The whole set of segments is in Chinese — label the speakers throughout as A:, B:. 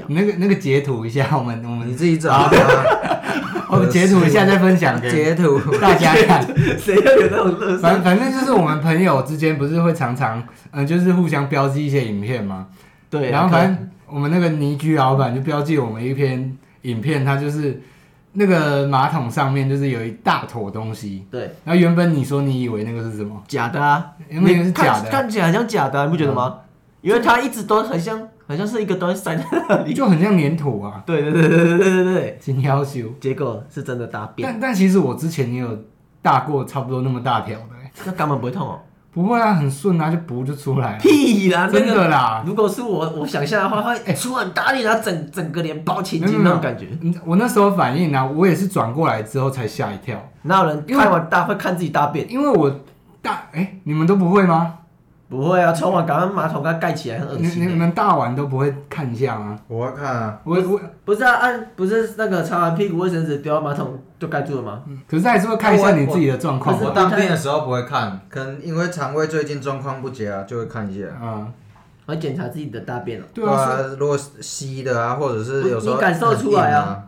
A: 有。
B: 你那个那个截图一下，我们我
C: 你
B: 们
C: 自己找啊，
B: 我们截图一下再分享给
C: 截图。
B: 大家 看。
A: 谁要有那种乐色？
B: 反反正就是我们朋友之间不是会常常嗯、就是互相标记一些影片嘛。
A: 对啊，
B: 然后反正我们那个倪居老板就标记我们一篇影片，他就是那个马桶上面就是有一大坨东西。
A: 对
B: 然后原本你说你以为那个是什么？
A: 假的啊，
B: 因为是假
A: 你看
B: 的，嗯
A: 看起来很像假的啊，你不觉得吗？因为它一直都很像，很像是一个东西塞在 那里。
B: 就很像粘土啊，
A: 对对对对对对对对，
B: 金腰修。
A: 结果是真的大便，
B: 但但其实我之前也有大过差不多那么大条的欸、
A: 那肛门不会痛哦？
B: 不会啊，很顺啊，就补就出来了。
A: 屁啦，那
B: 真
A: 个
B: 的啦，
A: 如果是我，我想象的话，会哎出很大力，然后整整个脸包青
B: 没有
A: 筋
B: 没
A: 那
B: 有
A: 种感觉。
B: 嗯我那时候反应啊，我也是转过来之后才吓一跳，
A: 哪有人
B: 因为
A: 看完大会看自己大便？
B: 因为我大哎、你们都不会吗？
A: 不会啊，冲完赶快马桶盖盖起来，很恶
B: 你
A: 心
B: 你
A: 欸。
B: 们大完都不会看一下吗？
C: 我要看啊，
B: 我我
A: 不是啊，按不是那个擦完屁股卫生纸丢到马桶就盖住了吗？
B: 可是还是会看一下你自己的状况
A: 我
C: 哦我
B: 吧。
C: 当兵的时候不会看，可能因为肠胃最近状况不佳，就会看一下。
B: 嗯，
A: 我检查自己的大便了。
B: 对啊，是
C: 啊，如果是稀的啊，或者是有时候啊
A: 你感受出来啊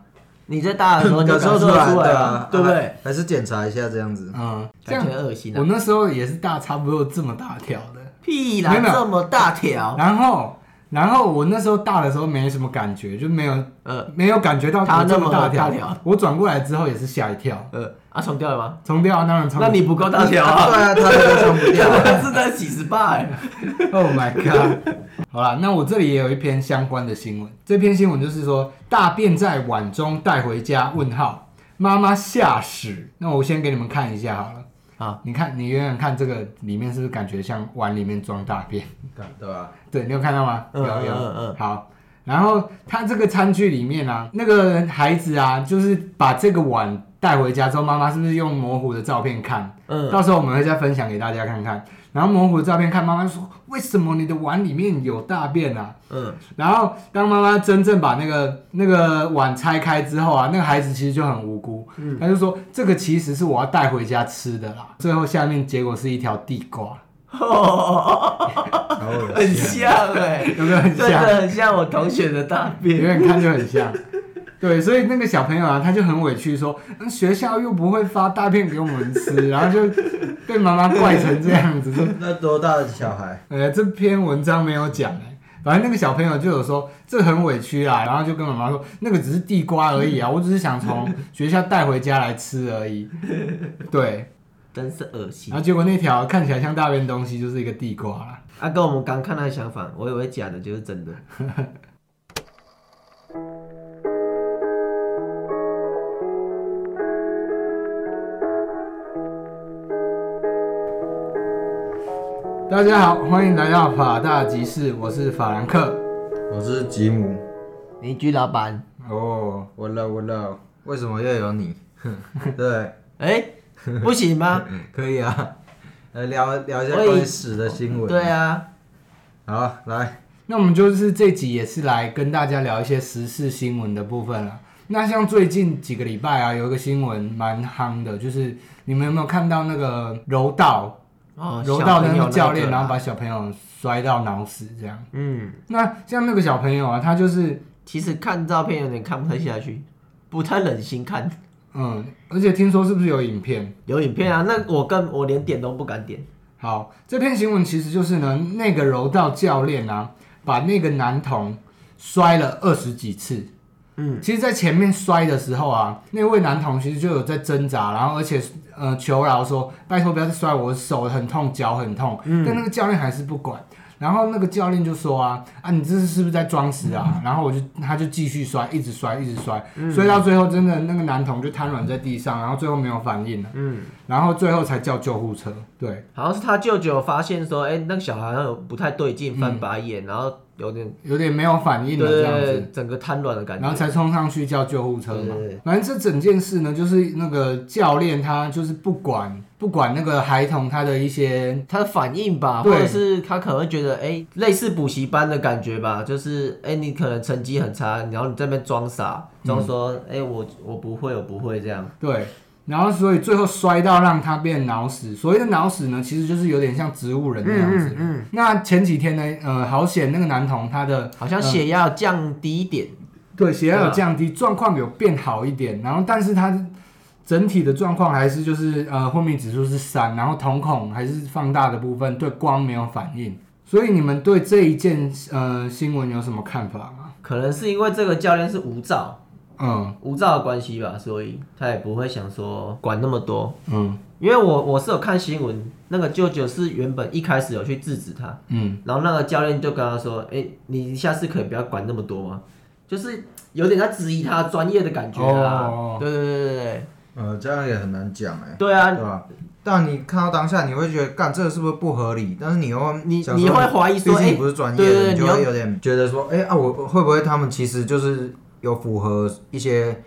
A: 你在大嗯的时候你就
C: 感
A: 感受
C: 受
A: 出
C: 出来
A: 来
C: 对
A: 了
C: 啊，，
A: 对不对？？
C: 还是检查一下这样子。
B: 嗯，这
A: 感
B: 样
A: 觉很恶心
B: 我
A: 啊！
B: 那时候也是大差不多这么大条的，
A: 屁啦，
B: 没有没有
A: 这么大条，
B: 然后然后我那时候大的时候没什么感觉，就没有
A: 呃
B: 没有感觉到
A: 它
B: 有这
A: 那么
B: 大
A: 大条
B: 我转过来之后也是吓一跳，
A: 呃，啊，冲掉了吗？
B: 冲掉啊当然冲。
A: 那你不够大条啊！
C: 对 啊，他都冲不掉 啊。
A: 是在几十八哎，
B: Oh my god！好啦，那我这里也有一篇相关的新闻。这篇新闻就是说，大便在碗中带回家？问号，妈妈吓死。那我先给你们看一下好了。
A: 好，
B: 你看，你远远看这个里面是不是感觉像碗里面装大便？
C: 对啊吧？
B: 对，你有看到吗？
A: 嗯
B: 有有。
A: 嗯嗯
B: 好，然后他这个餐具里面啊，那个孩子啊，就是把这个碗带回家之后，妈妈是不是用模糊的照片看？
A: 嗯，
B: 到时候我们会再分享给大家看看。然后模糊的照片看，妈妈说：“为什么你的碗里面有大便啊
A: 嗯，？”
B: 然后当妈妈真正把那个那个碗拆开之后啊，那个孩子其实就很无辜，
A: 嗯
B: 他就说：“这个其实是我要带回家吃的啦。”最后下面结果是一条地瓜，
C: 好恶
A: 哦很
C: 心
A: 像哎，
B: 有没有 很
A: 真
B: 像？
A: 的很像我同学的大
B: 远
A: 便。
B: 远看就很像。对，所以那个小朋友啊，他就很委屈说，嗯，学校又不会发大便给我们吃，然后就被妈妈怪成这样子，
C: 啊。那多大的小孩？
B: 呃，这篇文章没有讲哎、反正那个小朋友就有说这很委屈啊，然后就跟妈妈说那个只是地瓜而已啊，我只是想从学校带回家来吃而已。对，
A: 真是恶心
B: 然后结果那条看起来像大便的东西就是一个地瓜啦。
A: 啊！跟我们刚看到的相反，我以为假的就是真的。
B: 大家好，欢迎来到法大集市，我是法兰克。
C: 我是吉姆。
A: 邻居老板，
B: 哦，
C: 我了我了，为什么又有你？ 对，
A: 哎，不行吗？
C: 可以啊。来聊聊一下
A: 喂
C: 关于屎的新闻。
A: 对。啊，
C: 好，来，
B: 那我们就是这集也是来跟大家聊一些时事新闻的部分了。那像最近几个礼拜啊，有一个新闻蛮夯的，就是你们有没有看到那个柔道
A: 哦，
B: 柔
A: 小
B: 道的
A: 朋友
B: 那个教练，
A: 啦
B: 然后把小朋友摔到脑死这样。
A: 嗯，
B: 那像那个小朋友啊，他就是
A: 其实看照片有点看不太下去，不太忍心看。
B: 嗯，而且听说是不是有影片？
A: 有影片啊，那我跟我连点都不敢点。
B: 好，这篇新闻其实就是呢，那个柔道教练啊，把那个男童摔了二十几次。
A: 嗯，
B: 其实，在前面摔的时候啊，那位男童其实就有在挣扎，然后而且呃求饶说：“拜托不要再摔我，我手很痛，脚很痛。
A: 嗯
B: 但那个教练还是不管。然后那个教练就说啊啊，你这是是不是在装死
A: 嗯
B: 啊？然后我就他就继续摔，一直摔，一直摔，摔到最后真的那个男童就瘫软在地上，然后最后没有反应了。
A: 嗯，
B: 然后最后才叫救护车。对，
A: 好像是他舅舅发现说，哎、那个小孩好像有不太对劲，翻白眼，然后有点
B: 有点没有嗯反应
A: 对
B: 了这样子。
A: 整个瘫软的感
B: 然后
A: 觉。
B: 才冲上去叫救护车嘛
A: 对对对。
B: 反正这整件事呢，就是那个教练他就是不管不管那个孩童他的一些，
A: 他的反应吧，或
B: 对
A: 者是他可能会觉得，哎、类似补习班的感觉吧，就是，哎、你可能成绩很差，然后你这边装傻，装说，哎、我我不会，我不会这样，
B: 对，然后所以最后摔到让他变脑死。所谓的脑死呢，其实就是有点像植物人那样子。
A: 嗯嗯
B: 那前几天呢，呃，好险那个男童他的
A: 好像
B: 呃
A: 血压有降低一点，
B: 对，血压
A: 对
B: 有
A: 啊
B: 降低，状况有变好一点，然后但是他整体的状况还是就是呃昏迷指数是三，然后瞳孔还是放大的部分对光没有反应，所以你们对这一件呃新闻有什么看法吗？
A: 可能是因为这个教练是无照，
B: 嗯
A: 无照的关系吧，所以他也不会想说管那么多。
B: 嗯
A: 因为我我是有看新闻，那个舅舅是原本一开始有去制止他，
B: 嗯，
A: 然后那个教练就跟他说：“哎、你下次可以不要管那么多嘛，就是有点在质疑他专业的感觉啦。
B: 哦
A: 对对对对对，
C: 呃，这样也很难讲哎、
A: 对啊，
C: 对吧？但你看到当下，你会觉得干这个是不是不合理？但是你又
A: 你
C: 想说
A: 你会怀疑说
C: 毕竟你
A: 哎
C: 不是专业
A: 对对
C: 的，
A: 对
C: 你就
A: 你要
C: 会有点觉得说，哎、啊，我会不会他们其实就是有符合一些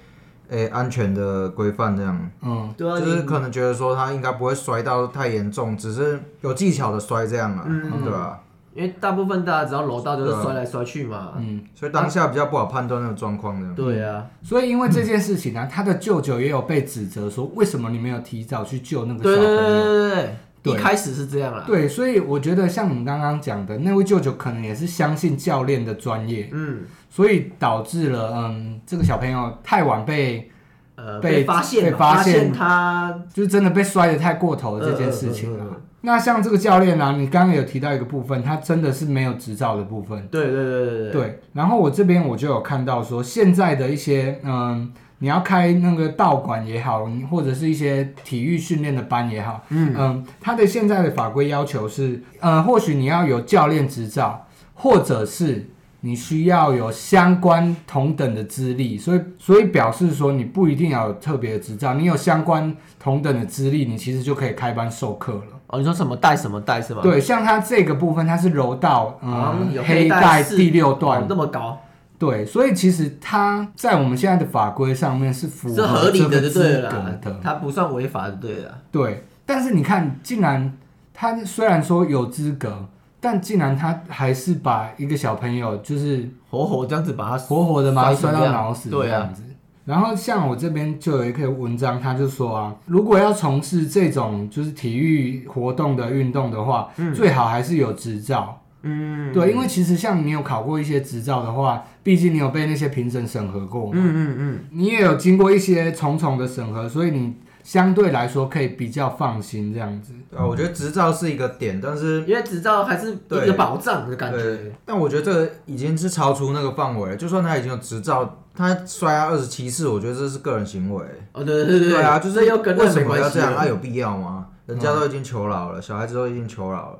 C: 哎安全的规范这样？
B: 嗯，
A: 对啊，
C: 就是
A: 你
C: 可能觉得说他应该不会摔到太严重，只是有技巧的摔这样啊，
A: 嗯
C: 对吧？
A: 因为大部分大家只要楼道就是摔来摔去嘛。
B: 嗯
C: 所以当下比较不好判断那个状况的。
A: 对啊，
B: 所以因为这件事情呢、他的舅舅也有被指责说，为什么你没有提早去救那个
A: 对
B: 小
A: 对
B: 朋
A: 对
B: 友？
A: 对对对，
B: 嗯对
A: 一开始是这样啦。
B: 对，所以我觉得像你刚刚讲的，那位舅舅可能也是相信教练的专业，
A: 嗯，
B: 所以导致了嗯，这个小朋友太晚被，
A: 呃，
B: 被
A: 被发现
B: 被
A: 嘛
B: 发
A: 发
B: 现
A: 他，
B: 就是真的被摔得太过头了这件事情啊。
A: 嗯嗯嗯嗯
B: 那像这个教练啊，你刚刚有提到一个部分，他真的是没有执照的部分。
A: 对对对对对对，
B: 对，然后我这边我就有看到说，现在的一些嗯，你要开那个道馆也好，你或者是一些体育训练的班也好，嗯嗯，他的现在的法规要求是，呃，或许你要有教练执照，或者是你需要有相关同等的资历，所以所以表示说你不一定要有特别的执照，你有相关同等的资历，你其实就可以开班授课了。
A: 哦，你说什么带什么带是吗？
B: 对，像他这个部分，他是柔道，
A: 好
B: 嗯
A: 像，有
B: 黑带
A: 带四
B: 第六段
A: 哦，那么高，
B: 对，所以其实他在我们现在的法规上面是符
A: 是合
B: 合
A: 理
B: 这
A: 的
B: 个
A: 就
B: 资
A: 对了
B: 格
A: 啦
B: 的，，
A: 他不算违法的对了啦。
B: 对。但是你看，竟然他虽然说有资格，但竟然他还是把一个小朋友就是
A: 活活这样子把他
B: 活活的嘛摔
A: 摔成
B: 到
A: 这样
B: 脑死这
A: 对啊
B: 样子。然后像我这边就有一篇文章，他就说啊，如果要从事这种就是体育活动的运动的话，
A: 嗯
B: 最好还是有执照。嗯，对，因为其实像你有考过一些执照的话，毕竟你有被那些评审审核过嘛，
A: 嗯嗯
B: 你也有经过一些重重的审核，所以你相对来说可以比较放心这样子。
C: 对啊，我觉得执照是一个点，但是
A: 嗯，因为执照还是一
C: 对
A: 个保障的感
C: 对
A: 觉。，
C: 但我觉得这个已经是超出那个范围了。就算他已经有执照，他摔他二十七次，我觉得这是个人行为。
A: 哦，对对对
C: 啊，就是
A: 这又跟那
C: 为
A: 个
C: 什
A: 没
C: 么
A: 关
C: 要
A: 系
C: 这样？啊
A: 了嗯
C: 他、有必要吗？人家都已经求饶了，小孩子都已经求饶了，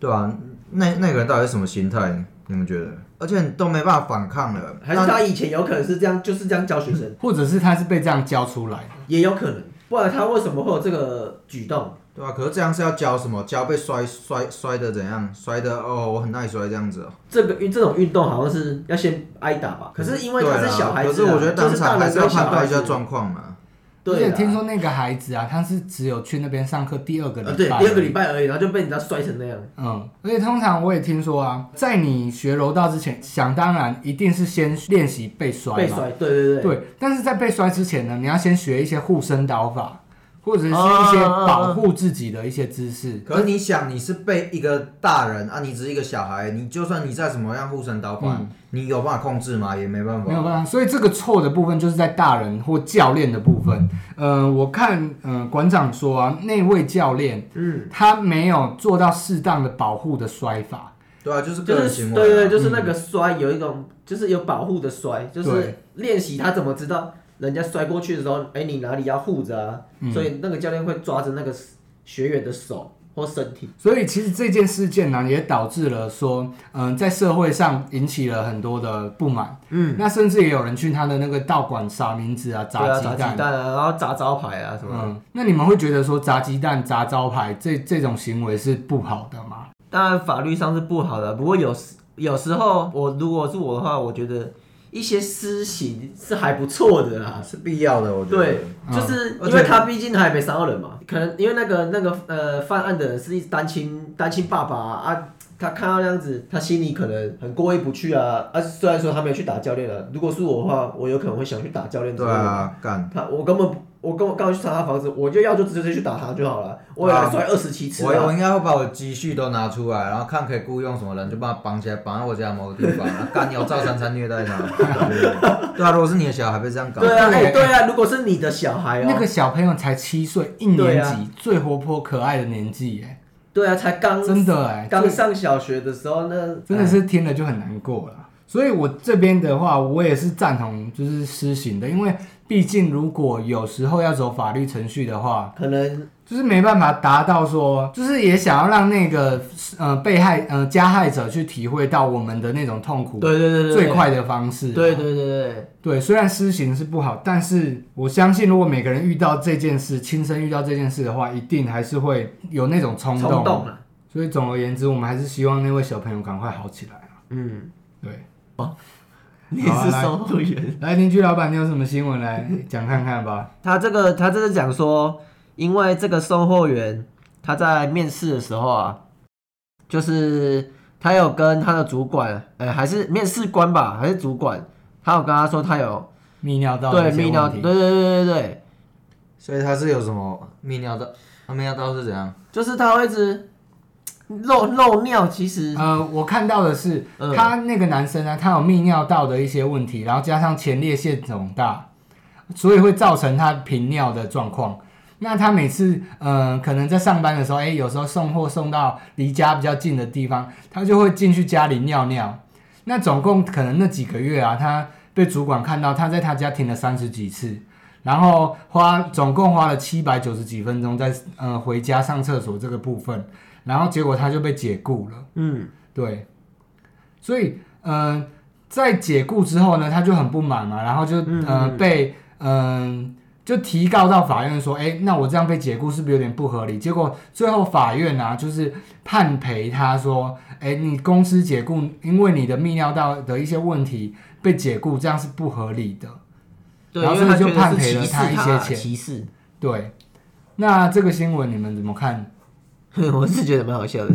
C: 对吧、啊那那个人到底是什么心态？你们觉得？而且你都没办法反抗了，
A: 还是他以前有可能是这样，就是这样教学生，
B: 或者是他是被这样教出来的，
A: 也有可能，不然他为什么会有这个举动？
C: 对啊吧、可是这样是要教什么？教被摔摔摔的怎样？摔的哦，我很耐摔这样子哦。
A: 这个运这种运动好像是要先挨打吧？可是因为他
C: 嗯对
A: 是
C: 啦
A: 小孩子啊，
C: 可是我觉得当
A: 就是大
C: 场还
A: 人
C: 是要
A: 跟小
C: 判断
A: 孩
C: 一下
A: 子。
C: 状况嘛。
B: 而
A: 对啊
B: 且
A: 啦，
B: 听说那个孩子啊，他是只有去那边上课第二个礼拜、
A: 呃，对，第二个礼拜而已，然后就被人家摔成那样。
B: 嗯，而且通常我也听说啊，在你学柔道之前，想当然一定是先练习被摔嘛，
A: 被摔，对对对，
B: 对，但是在被摔之前呢，你要先学一些护身导法，或者是
A: 啊
B: 一些
A: 啊啊
B: 保护自己的一些姿势。
C: 可是你想，你是被一个大人啊，你只是一个小孩，你就算你再怎么样护神导法，
A: 嗯
C: 你有办法控制吗？也没办
B: 没有
C: 法。
B: 办法，所以这个错的部分就是在大人或教练的部分。呃，我看，呃，馆长说啊，那位教练
A: 嗯，
B: 他没有做到适当的保护的摔法，
C: 对啊，就是个
A: 就
C: 人
A: 是
C: 行为、啊。
A: 对对，就是那个摔有一种，就是有保护的摔，就是
B: 对
A: 练习他怎么知道人家摔过去的时候，哎，你哪里要护着啊？
B: 嗯
A: 所以那个教练会抓着那个学员的手或身体。
B: 所以其实这件事件呢、也导致了说，嗯、在社会上引起了很多的不满。嗯，那甚至也有人去他的那个道馆撒名字啊，
A: 对
B: 砸
A: 啊，
B: 鸡
A: 砸
B: 蛋。
A: 鸡蛋啊，然后砸招牌啊什么的。
B: 嗯，那你们会觉得说砸鸡蛋、砸招牌这这种行为是不好的吗？
A: 当然法律上是不好的，不过有时有时候我如果是我的话，我觉得一些私刑是还不错的啦。
C: 是必要的，我觉得。
A: 对，
B: 嗯
A: 就是
C: 而
A: 因为
C: 且
A: 他毕竟还没伤到人嘛，可能因为那个那个呃犯案的人是一单亲单亲爸爸啊啊他看到那样子，他心里可能很过意不去啊啊！虽然说他没有去打教练了、如果是我的话，我有可能会想去打教练。
C: 对，啊，干
A: 他我根本不我跟我刚好去查他房子，我就要就直接去打他就好了，我也来摔二十七次
C: 啊我我
A: 啊，
C: 应该会把我积蓄都拿出来，然后看可以雇佣什么人，就把他绑起来，绑在我家某个地 方，然后干要照三餐虐待他。对啊，如果是你的小孩被这样搞，
A: 对啊，
B: 对
A: 哎、对啊，如果是你的小孩哦、
B: 那个小朋友才七岁，一
A: 对
B: 年级、
A: 啊
B: 最活泼可爱的年纪耶，
A: 对啊，才刚
B: 真的哎，
A: 刚
B: 最
A: 上小学的时哎候那
B: 真的是听了就很难过了。所以我这边的话，我也是赞同就是施行的，因为毕竟如果有时候要走法律程序的话，
A: 哎可能
B: 就是没办法达到说，就是也想要让那个呃被害呃加害者去体会到我们的那种痛苦
A: 对对
B: 最快的方式。啊
A: 对啊对对对
B: 对，虽然施行是不好，但是我相信如果每个人遇到这件事，亲身遇到这件事的话，一定还是会有那种冲
A: 对，
B: 动。啊
A: 冲动啊了，
B: 所以总而言之，我们还是希望那位小朋友赶快好起来啊。
A: 嗯，
B: 对，
A: 你
B: 好啊
A: 是
B: 来
A: 售后员。
B: 来，邻居老板，你有什么新闻来讲看看吧？
A: 他这个他这是讲说，因为这个售货员他在面试的时候啊，就是他有跟他的主管，呃，还是面试官吧，还是主管，他有跟他说他有
B: 泌尿道的
A: 对
B: 一些
A: 泌尿，
B: 问
A: 对
B: 题
A: 对对对对，
C: 所以他是有什么泌尿道？啊他泌尿道是怎样？
A: 就是他会一直漏漏尿，其实
B: 呃，我看到的是，
A: 嗯
B: 他那个男生呢，啊他有泌尿道的一些问题，然后加上前列腺肿大，所以会造成他频尿的状况。那他每次，呃，可能在上班的时候，哎、有时候送货送到离家比较近的地方，他就会进去家里尿尿。那总共可能那几个月啊，他被主管看到，他在他家停了三十几次，然后花总共花了七百九十几分钟在呃回家上厕所这个部分，然后结果他就被解雇了。
A: 嗯，
B: 对，所以嗯、呃在解雇之后呢，他就很不满嘛，然后就
A: 嗯
B: 呃
A: 嗯
B: 被嗯、就提告到法院说，哎、那我这样被解雇是不是有点不合理？结果最后法院啊，就是判赔他说，哎、你公司解雇，因为你的泌尿道的一些问题被解雇，这样是不合理的。
A: 对，
B: 然后
A: 因为他
B: 所以就
A: 觉得
B: 判
A: 是
B: 赔
A: 歧
B: 了
A: 视
B: 他一些
A: 啊
B: 钱
A: 歧视，
B: 对，那这个新闻你们怎么看？
A: 我是觉得蛮好笑的。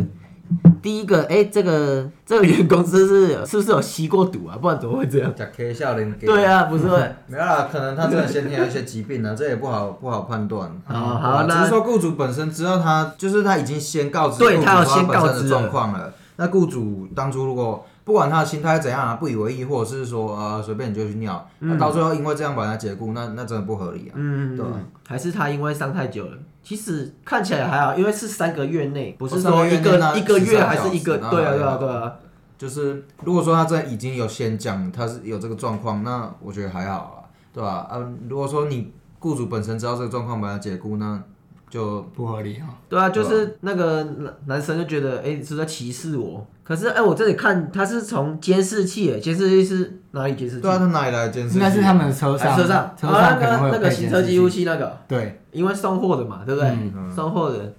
A: 第一个，哎、这个这个员工是不是是不是有吸过毒啊？不然怎么会这样？
C: 假 K 笑脸给。
A: 对，啊，不是会。
C: 没有啦，可能他真的先天有一些疾病呢、啊这也不好不好判断。
A: 好
C: 啊
A: 哦好，
C: 只是
A: 那
C: 说雇主本身知道他，就是他已经先告知，
A: 对他有先告知
C: 的状况了。那雇主当初如果不管他的心态怎样啊，不以为意，或者是说呃随便你就去尿，那、到最后因为这样把他解雇，那那真的不合理啊。
A: 嗯，
C: 对啊
A: 还是他因为伤太久了。其实看起来还好，因为是三个月内，不是
C: 哦三
A: 说
C: 个月
A: 一
C: 内
A: 个
C: 那
A: 一个月
C: 13
A: 还是一个，
C: 小时
A: 对啊
C: 那
A: 对啊
C: 还好
A: 对啊，
C: 就是如果说他这已经有先讲他是有这个状况，那我觉得还好啊，对吧、啊？如果说你雇主本身知道这个状况把他解雇，那就
B: 不合理啊、
A: 对啊，就是那个男男生就觉得，哎、你是不是在歧视我？可是哎、我这里看他是从监视器，哎，监视器是哪里监视器？
C: 对啊，他哪里来的监视器？
B: 应该是他们的车
A: 哎
B: 上，
A: 车上，
B: 车
A: 啊
B: 上可
A: 那
B: 能会有
A: 个那个
B: 配
A: 行
B: 监
A: 车
B: 视
A: 记录
B: 器。
A: 器那个，
B: 对，
A: 因为送货的嘛，对不对？
B: 嗯
A: 送货的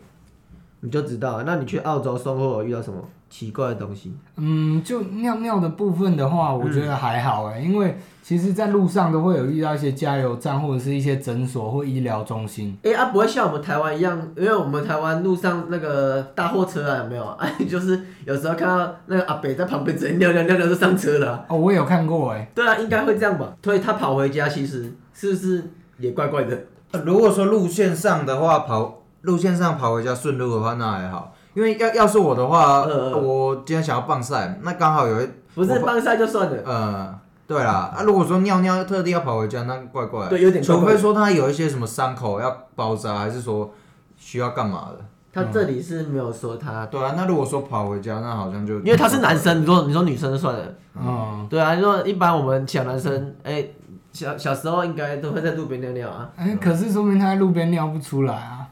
A: 你就知道，那你去澳洲送货有遇到什么奇怪的东西？
B: 嗯，就尿尿的部分的话，我觉
A: 嗯
B: 得还好哎、因为其实，在路上都会有遇到一些加油站或者是一些诊所或医疗中心。
A: 哎、啊，不会像我们台湾一样，因为我们台湾路上那个大货车啊，有没 有？啊，就是有时候看到那个阿北在旁边直接尿尿尿尿就上车了啊、
B: 哦，我有看过哎、
A: 对啊，应该会这样吧？所以他跑回家，其实是不是也怪怪的？
C: 呃如果说路线上的话，跑路线上跑回家顺路的话，那还好。因为要要是我的话，
A: 嗯嗯
C: 我今天想要棒晒，那刚好有一
A: 不是
C: 我
A: 帮晒就算了，
C: 呃，对啦，啊，如果说尿尿特地要跑回家，那怪怪的。
A: 对有点怪怪
C: 啊除
A: 的
C: 非说他有一些什么伤口要包扎，还是说需要干嘛的。
A: 他
B: 嗯
A: 这里是没有说他，
C: 对啊，那如果说跑回家，那好像就
A: 因为他是男，生，你说你说女生就算了，
B: 嗯，
A: 对啊，你说一般我们小男生，哎、小小时候应该都会在路边尿尿啊，
B: 哎、可是说明他在路边尿不出来啊。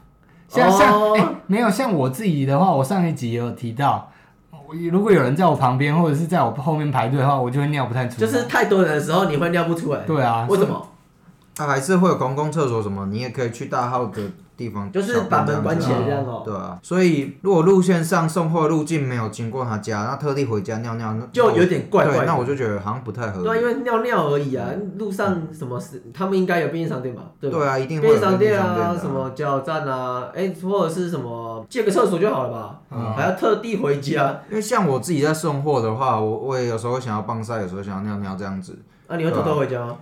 B: 像像
A: 哦
B: 哎、没有像我自己的话，我上一集也有提到，我如果有人在我旁边或者是在我后面排队的话，我就会尿不
C: 哎
B: 太出
A: 就
B: 来。
A: 是太多人的时候你会尿不出来，
B: 对啊，
A: 为什么？
C: 他啊还是会有公共厕所什么，你也可以去大号的地方
A: 就
C: 小便这样子啊，
A: 是把门关起来这样哦、
C: 对啊，所以如果路线上送货路径没有经过他家，那特地回家尿尿，那
A: 就有点怪怪的
C: 对，那我就觉得好像不太合理。
A: 对啊，因为尿尿而已啊，路上什么事，他们应该有便利商店吧？对吧？
C: 嗯对啊，一定会
A: 便
C: 有
A: 利商
C: 店的
A: 啊，什么加油站啊，哎、或者是什么借个厕所就好了吧？
C: 啊
B: 嗯
A: 还要特地回家，
C: 因为像我自己在送货的话，我我嗯也有时候会想要棒晒，有时候想要尿尿这样子。
A: 啊，你会偷偷回家吗？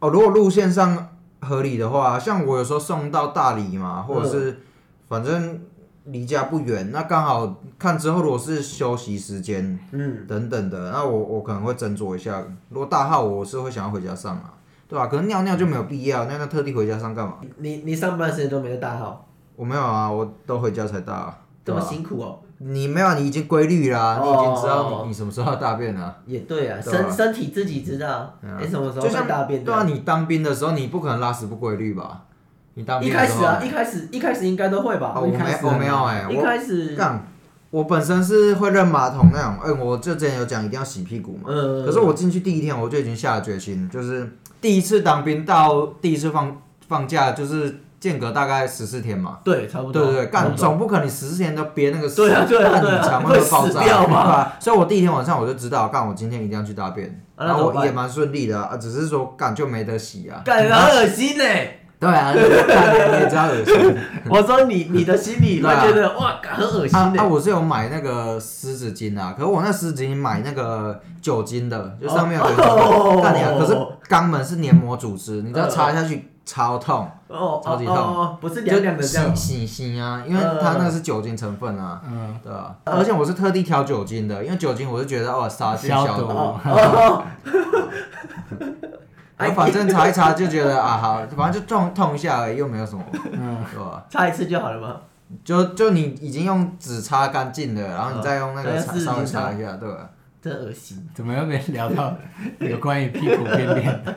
C: 哦，如果路线上合理的话，像我有时候送到大理嘛，
A: 嗯
C: 或者是反正离家不远，那刚好看之后如果是休息时间
A: 嗯，
C: 等等的，那我我可能会斟酌一下。如果大号我是会想要回家上啊，对吧、可能尿尿就没有必要，尿尿特地回家上干嘛？
A: 你你上班时间都没在大号，
C: 我没有啊，我都回家才大、啊。
A: 这
C: 对
A: 么
C: 吧？
A: 辛苦哦。
C: 你没有，你已经规律啦，你已经
A: 哦
C: 知道你你什么时候要大便了。
A: 也对啊，
C: 对
A: 身
C: 啊
A: 身体自己知道，
C: 嗯啊
A: 你什么时候
C: 就像
A: 大便
C: 对
A: 的？
C: 啊，你当兵的时候，你不可能拉屎不规律吧？你当
A: 一
C: 兵的
A: 开
C: 时候
A: 始啊，一开始一开始应该都会吧
C: 哦，我
B: 一开始
C: 没我没有
B: 啊
C: 哎、
A: 一
C: 我
A: 开始，
C: 干，我本身是会扔马桶那种，哎、我就之前有讲一定要洗屁股嘛。
A: 嗯，
C: 可是我进去第一天，我就已经下了决心，就是第一次当兵到第一次放放假，就是间隔大概十四天嘛。
A: 对，差不
C: 对
A: 多，
C: 对对，
A: 差
C: 干
A: 不多
C: 总不可能你十四天都憋那个屎，
A: 哦对啊对啊
C: 那
A: 对啊
C: 你肠胃
A: 会
C: 会爆
A: 死
C: 炸，
A: 掉吧
C: 对吧？所以我第一天晚上我就知道，干我今天一定要去大便，
A: 啊那
C: 然后
A: 怎么
C: 我
A: 办
C: 也蛮顺利的啊，只是说干就没得洗啊，
A: 感觉很恶心呢、
C: 对啊，干你也知道恶心。
A: 我说你你的心里会
C: 对啊
A: 觉得、哇，干很恶心
C: 啊
A: 呢、
C: 啊！我是有买那个湿纸巾啊，可是我那湿纸巾买那个酒精的，就上面有
A: 哦
C: 酒精的
A: 哦
C: 干你啊！可是肛门是黏膜组织，你知道插下去超痛，
A: 哦
C: 超级
A: 哦
C: 痛
A: 哦哦，不是
C: 就
A: 凉凉的这样
C: 醒，醒醒啊！因为它那个是酒精成分啊，
B: 嗯，
C: 对啊。而且我是特地挑酒精的，因为酒精我是觉得哦杀菌
B: 消
C: 消
B: 毒
C: 毒，
A: 哦哦，
C: 然后反正擦一擦就觉得啊好，反正就痛痛一下而已，又没有什么，
B: 嗯，
C: 对吧？
A: 擦一次就好了吗？
C: 就就你已经用纸擦干净了，然后你再用那
A: 嗯
C: 个擦
A: 湿纸巾
C: 稍微
A: 擦
C: 擦一下，对吧？
A: 真恶心，
B: 怎么又没聊到有关于屁股便便 的？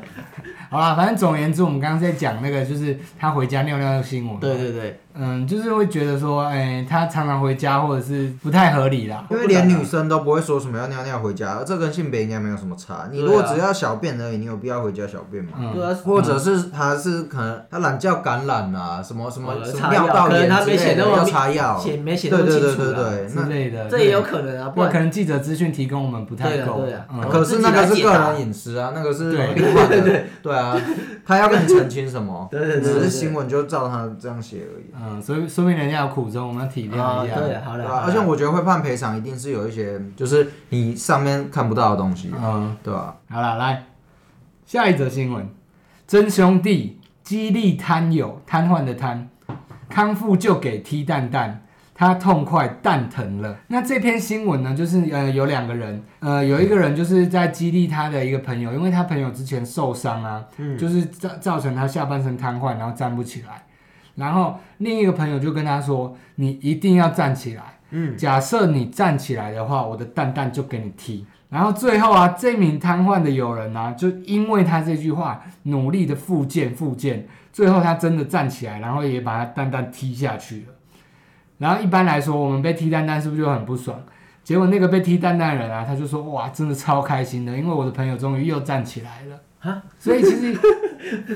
B: 好啦，反正总而言之，我们刚刚在讲那个，就是他回家尿尿的新闻。
A: 对对对，
B: 嗯，就是会觉得说，哎、他常常回家，或者是不太合理啦。
C: 因为连女生都不会说什么要尿尿回家，这跟性别应该没有什么差。你如果只要小便而已，你有必要回家小便吗？
B: 嗯
A: 对啊，
C: 或者是他是可能他懒觉感染啊，什么什
A: 哦
C: 么什
A: 擦
C: 么
A: 药
C: 尿道
A: 可能
C: 炎
A: 他没
C: 之
A: 写
C: 类
A: 那
C: 的
A: 么
C: 要
A: 明
C: 擦药，
A: 写啊没写
C: 对
A: 那么
C: 对对
A: 清楚
C: 对
A: 啦，
C: 对，
B: 之
C: 那
B: 类的，
A: 这也有
B: 对
A: 可能啊，不
B: 那可
A: 然
B: 能记者资讯提供我们不太
A: 对啊
B: 够。
A: 对啊
B: 嗯
A: 我
C: 可是那个是个人隐私啊，那个是另外的，对啊，他要跟你澄清什么
A: ？对对对对
C: 只
A: 对
C: 是新闻就照他这样写而已。
B: 嗯，所以说明人家有苦衷，我们要体谅
A: 啊，
B: 一下。
A: 对，好
C: 对
A: 了，
C: 啊，
A: 好
C: 而
A: 了
C: 且我觉得会判赔偿，一定是有一些就是你上面看不到的东西，
B: 嗯，
C: 对啊吧？
B: 好了，来下一则新闻：真兄弟激励摊友瘫痪的瘫，康复就给踢蛋蛋。他痛快蛋疼了。那这篇新闻呢，就是呃有两个人，呃有一个人就是在激励他的一个朋友，因为他朋友之前受伤啊，就是造造成他下半身瘫痪，然后站不起来。然后另一个朋友就跟他说：“你一定要站起来，嗯，假设你站起来的话，我的蛋蛋就给你踢。”然后最后啊，这名瘫痪的友人啊，就因为他这句话，努力的复健复健，最后他真的站起来，然后也把他蛋蛋踢下去了。然后一般来说，我们被踢蛋蛋是不是就很不爽？结果那个被踢蛋蛋的人啊，他就说：“哇，真的超开心的，因为我的朋友终于又站起来了。”所以其实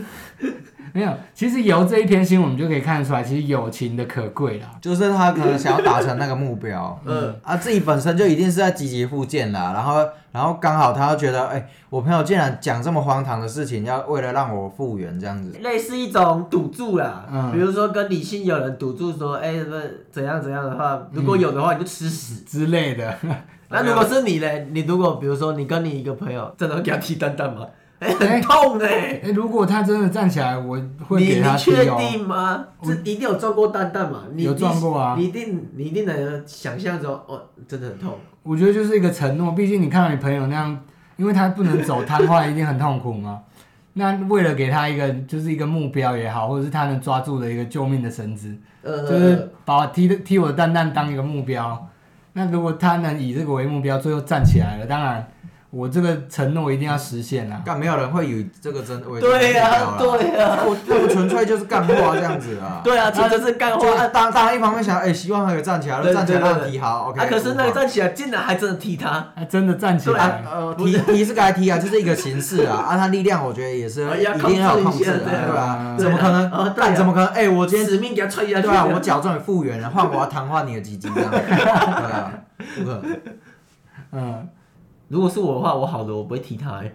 B: 没有，其实由这一篇新闻我们就可以看出来，其实友情的可贵啦。
C: 就是他可能想要达成那个目标，
A: 嗯
C: 嗯啊，自己本身就一定是在积极复健啦，然后然后刚好他又觉得，哎、我朋友竟然讲这么荒唐的事情，要为了让我复原这样子，
A: 类似一种赌注啦，
B: 嗯
A: 比如说跟理性有人赌注说，哎、不怎样怎样的话，如果有的话你就吃屎。
B: 之类的，
A: 那如果是你嘞，你如果比如说你跟你一个朋友，真的会给他踢蛋蛋吗？哎、很
B: 哎
A: 痛哎、
B: 哎、如果他真的站起来，我会
A: 你
B: 给他
A: 你
B: 踢
A: 确
B: 哦。
A: 定吗？这一定有撞过蛋蛋嘛？你
B: 有
A: 你
B: 撞过啊
A: 你一定你一定能想象中，哦，真的很痛。
B: 我觉得就是一个承诺，毕竟你看到你朋友那样，因为他不能走，瘫痪一定很痛苦嘛。那为了给他一个就是一个目标也好，或者是他能抓住的一个救命的绳子，
A: 呃，
B: 就是把我踢的踢我的蛋蛋当一个目标。那如果他能以这个为目标，最后站起来了，当然我这个承诺一定要实现啦。
C: 干没有人会以这个真为
A: 对
C: 呀、
A: 呀， 对呀，
C: 我我纯粹就是干话这样子啊，
A: 对啊，这就是干
C: 就
A: 话。
C: 是当当然一方面想，哎、希望他有站起来，
A: 对
C: 站起来
A: 对对
C: 让他踢好，OK，
A: 啊，可是那个
C: 无妨
A: 站起来竟然还真的踢他，
B: 啊，真的站起
A: 对
B: 来
C: 啊
B: 了，
C: 呃踢踢是该踢啊，就是一个形式啊，啊他力量我觉得也是
A: 啊 要
C: 一定要有控
A: 控
C: 制
A: 制一下
C: 的、
A: 对
C: 对
B: 啊
C: 吧？怎么可
A: 对啊啊
C: 能？
A: 对啊
C: 干怎么可能？哎、我今天
A: 死命给他踹下去。
C: 对啊，我脚终于复原了，换我要瘫痪你的鸡鸡这样。对啊，不可能，
B: 嗯，
A: 如果是我的话，我好了，我不会踢他、欸。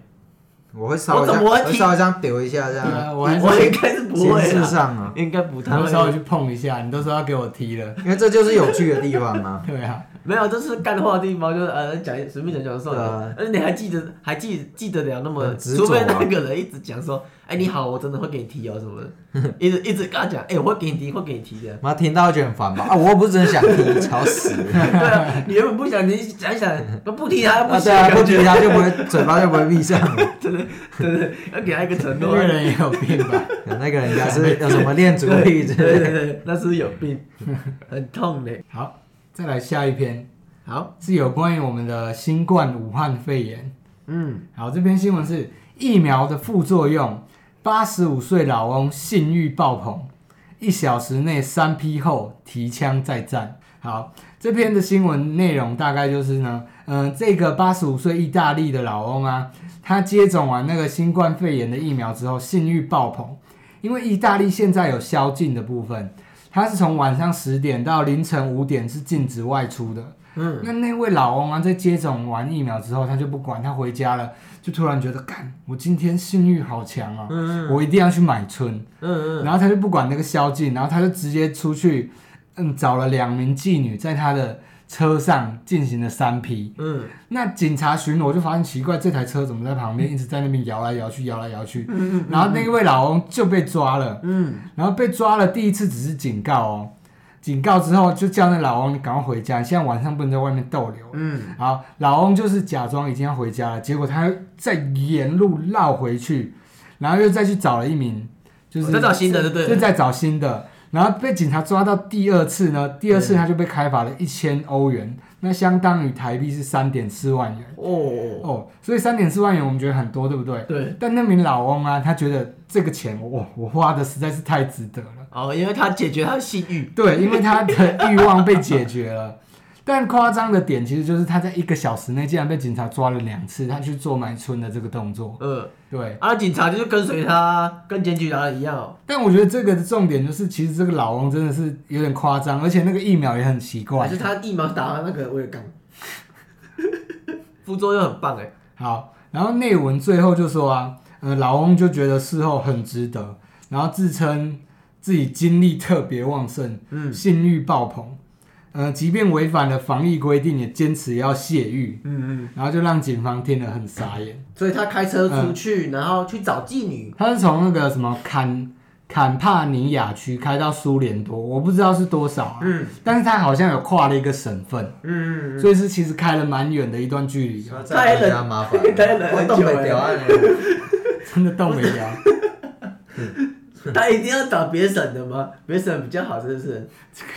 C: 我会稍
A: 我
C: 微这
A: 怎
C: 样，
A: 么会
C: 我
A: 踢
C: 会稍微这样丢一下这
B: 对
C: 样。
B: 啊，我还是
A: 我应该是不会
C: 形式
A: 啦，
C: 上啊，
A: 应该不太
B: 我稍微
A: 会。
B: 去碰一下，你都说要给我踢了，
C: 因为这就是有趣的地方啊。
B: 对啊，
A: 没有，这是干话的地方，就是呃讲随便讲讲算了
C: 对啊。
A: 而且你还记得还记记得了那么，
C: 很执
A: 除非
C: 着啊
A: 那个人一直讲说，哎、你好，我真的会给你提哦什么的，一直一直跟他讲，哎、我会给你提，会给你提的。
C: 妈听到就很烦吧？啊，我又不是真的想踢，吵死 了。
A: 对啊，你原本不想提，想一想不不提他不
C: 啊，
A: 行，
C: 对啊，不
A: 感觉
C: 踢他就不会嘴巴就不会闭上。
A: 对对，要给他一个承
B: 那
A: 诺
B: 个。人也有病吧？
C: 那个人家是有什么恋足癖之
A: 对对
C: 类的。
A: 对对，那是不是有病，很痛的。
B: 好，再来下一篇
A: 好，
B: 是有关于我们的新冠武汉肺炎。
A: 嗯，
B: 好，这篇新闻是疫苗的副作用，八十五岁老翁性欲爆棚，一小时内三批后提枪再战。好，这篇的新闻内容大概就是呢，嗯、这个八十五岁意大利的老翁啊，他接种完那个新冠肺炎的疫苗之后，性欲爆棚，因为意大利现在有宵禁的部分，他是从晚上十点到凌晨五点是禁止外出的。
A: 嗯，
B: 那那位老翁啊，在接种完疫苗之后，他就不管，他回家了，就突然觉得，干，我今天性欲好强啊，我一定要去买春，
A: 嗯嗯
B: 然后他就不管那个宵禁，然后他就直接出去，嗯，找了两名妓女，在他的车上进行了三 P。
A: 嗯，
B: 那警察巡逻就发现奇怪，这台车怎么在旁边一直在那边摇来摇去，摇来摇去，然后那位老翁就被抓了，
A: 嗯，
B: 然后被抓了第一次只是警告哦，警告之后就叫那老翁你赶快回家，你现在晚上不能在外面逗留。
A: 嗯，
B: 好，老翁就是假装已经要回家了，结果他再沿路绕回去，然后又再去找了一名，就是、
A: 哦再找新的就对了
B: 就再找新的。然后被警察抓到第二次呢，第二次他就被开罚了一千欧元，那相当于台币是三点四万元
A: 哦，
B: 哦，所以三点四万元我们觉得很多，对不对？
A: 对，
B: 但那名老翁啊，他觉得这个钱我我花的实在是太值得了。
A: 哦，因为他解决他的性欲，
B: 对，因为他的欲望被解决了。 但夸张的点其实就是他在一个小时内竟然被警察抓了两次，他去做埋村的这个动作。
A: 呃，
B: 对，
A: 啊，警察就是跟随他，跟检举他一样哦，
B: 但我觉得这个的重点就是，其实这个老翁真的是有点夸张，而且那个疫苗也很奇
A: 还
B: 怪
A: 是。他疫苗打完那个我也干，副作用很棒哎，
B: 好，然后内文最后就说啊，呃，老翁就觉得事后很值得，然后自称自己精力特别旺盛，
A: 嗯
B: 性欲爆棚，呃，即便违反了防疫规定，也坚持要泄欲，
A: 嗯
B: 然后就让警方听了很傻眼。
A: 嗯，所以他开车出去，然后去找妓女，
B: 他是从那个什么坎坎帕尼亚区开到苏联多，我不知道是多少啊，
A: 嗯
B: 但是他好像有跨了一个省份，
A: 嗯，
B: 所以是其实开了蛮远的一段距离啊，
C: 再给人家麻烦，
A: 太冷
C: 我东北屌啊！ 你
B: 真的动没了，
A: 他一定要找别省的吗？别省比较好，是不是？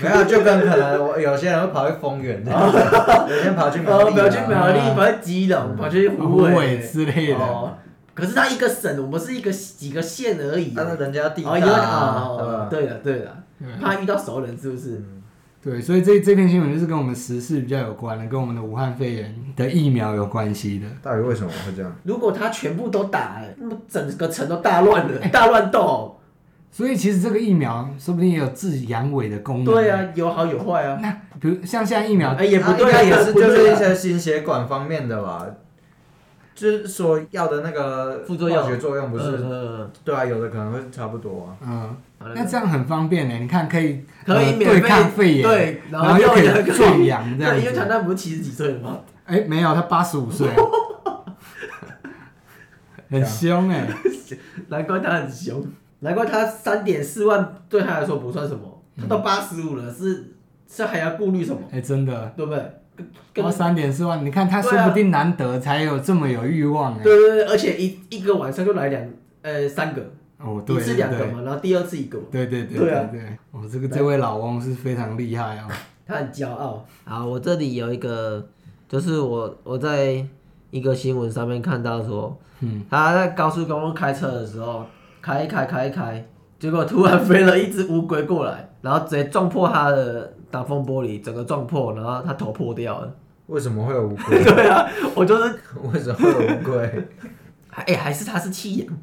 C: 没有，就跟可能我有些人会跑去丰原，有些人跑去苗
A: 哦，
C: 栗嗯
A: 跑去
C: 啊，
A: 苗栗，跑去基隆，跑去
B: 芦苇之类的。
A: 哦，可是它一个省，我们是一个几个县而已。
C: 但是人家地
A: 哦，因
C: 大
A: 为
C: 啊，对
A: 哦
C: 吧，
A: 对了对了，怕遇到熟人是不是？
C: 嗯
B: 对，所以这这篇新闻就是跟我们时事比较有关的，跟我们的武汉肺炎的疫苗有关系的。
C: 到底为什么会这样？
A: 如果他全部都打，哎那么整个城都大乱了，大乱斗。
B: 所以其实这个疫苗说不定也有治阳痿的功能。
A: 对，啊，有好有坏啊。
B: 那比如像现在疫苗
A: 哎，也不对
C: 啊
A: 啊，
C: 应该也是
A: 不
C: 就
A: 对
C: 是
A: 啊
C: 一些心血管方面的吧，就是说要的那个
A: 副作用
C: 化学作用不
A: 嗯
C: 是，
A: 嗯嗯
C: 对啊，有的可能会差不多啊。
B: 嗯，
A: 好了
B: 那这样很方便呢。你看，可以
A: 可以
B: 呃
A: 免费
B: 对抗肺炎，
A: 对，
B: 然
A: 后
B: 又可
A: 有一
B: 以
A: 个
B: 壮阳这
A: 对，因为
B: 样
A: 强
B: 子。
A: 大不是七十几岁了吗？
B: 哎，没有，他八十五 岁，啊很凶哎。
A: 难怪他很凶，难怪他三点四万对他来说不算什么，他都八十五了，是是还要顾虑什么？
B: 哎，真的，
A: 对不对？跟跟
B: 花三点四万，你看他
A: 对
B: 说
A: 啊
B: 不定难得才有这么有欲望哎。
A: 对对对，而且一一个晚上就来两呃三个，
B: 哦，对
A: 一次
B: 对
A: 两个
B: 对
A: 嘛，然后第二次一个嘛，
B: 对对对
A: 对啊
B: 对对，我这个这位老翁是非常厉害哦。
A: 他很骄傲。好，我这里有一个，就是我我在一个新闻上面看到说，
B: 嗯，
A: 他在高速公路开车的时候，开一开开一开，结果突然飞了一只乌龟过来，然后直接撞破他的挡风玻璃，整个撞破，然后他头破掉了。
C: 为什么会有乌龟？
A: 对啊，我就是，
C: 为什么会有 乌龟？
A: 哎、还是他是弃养，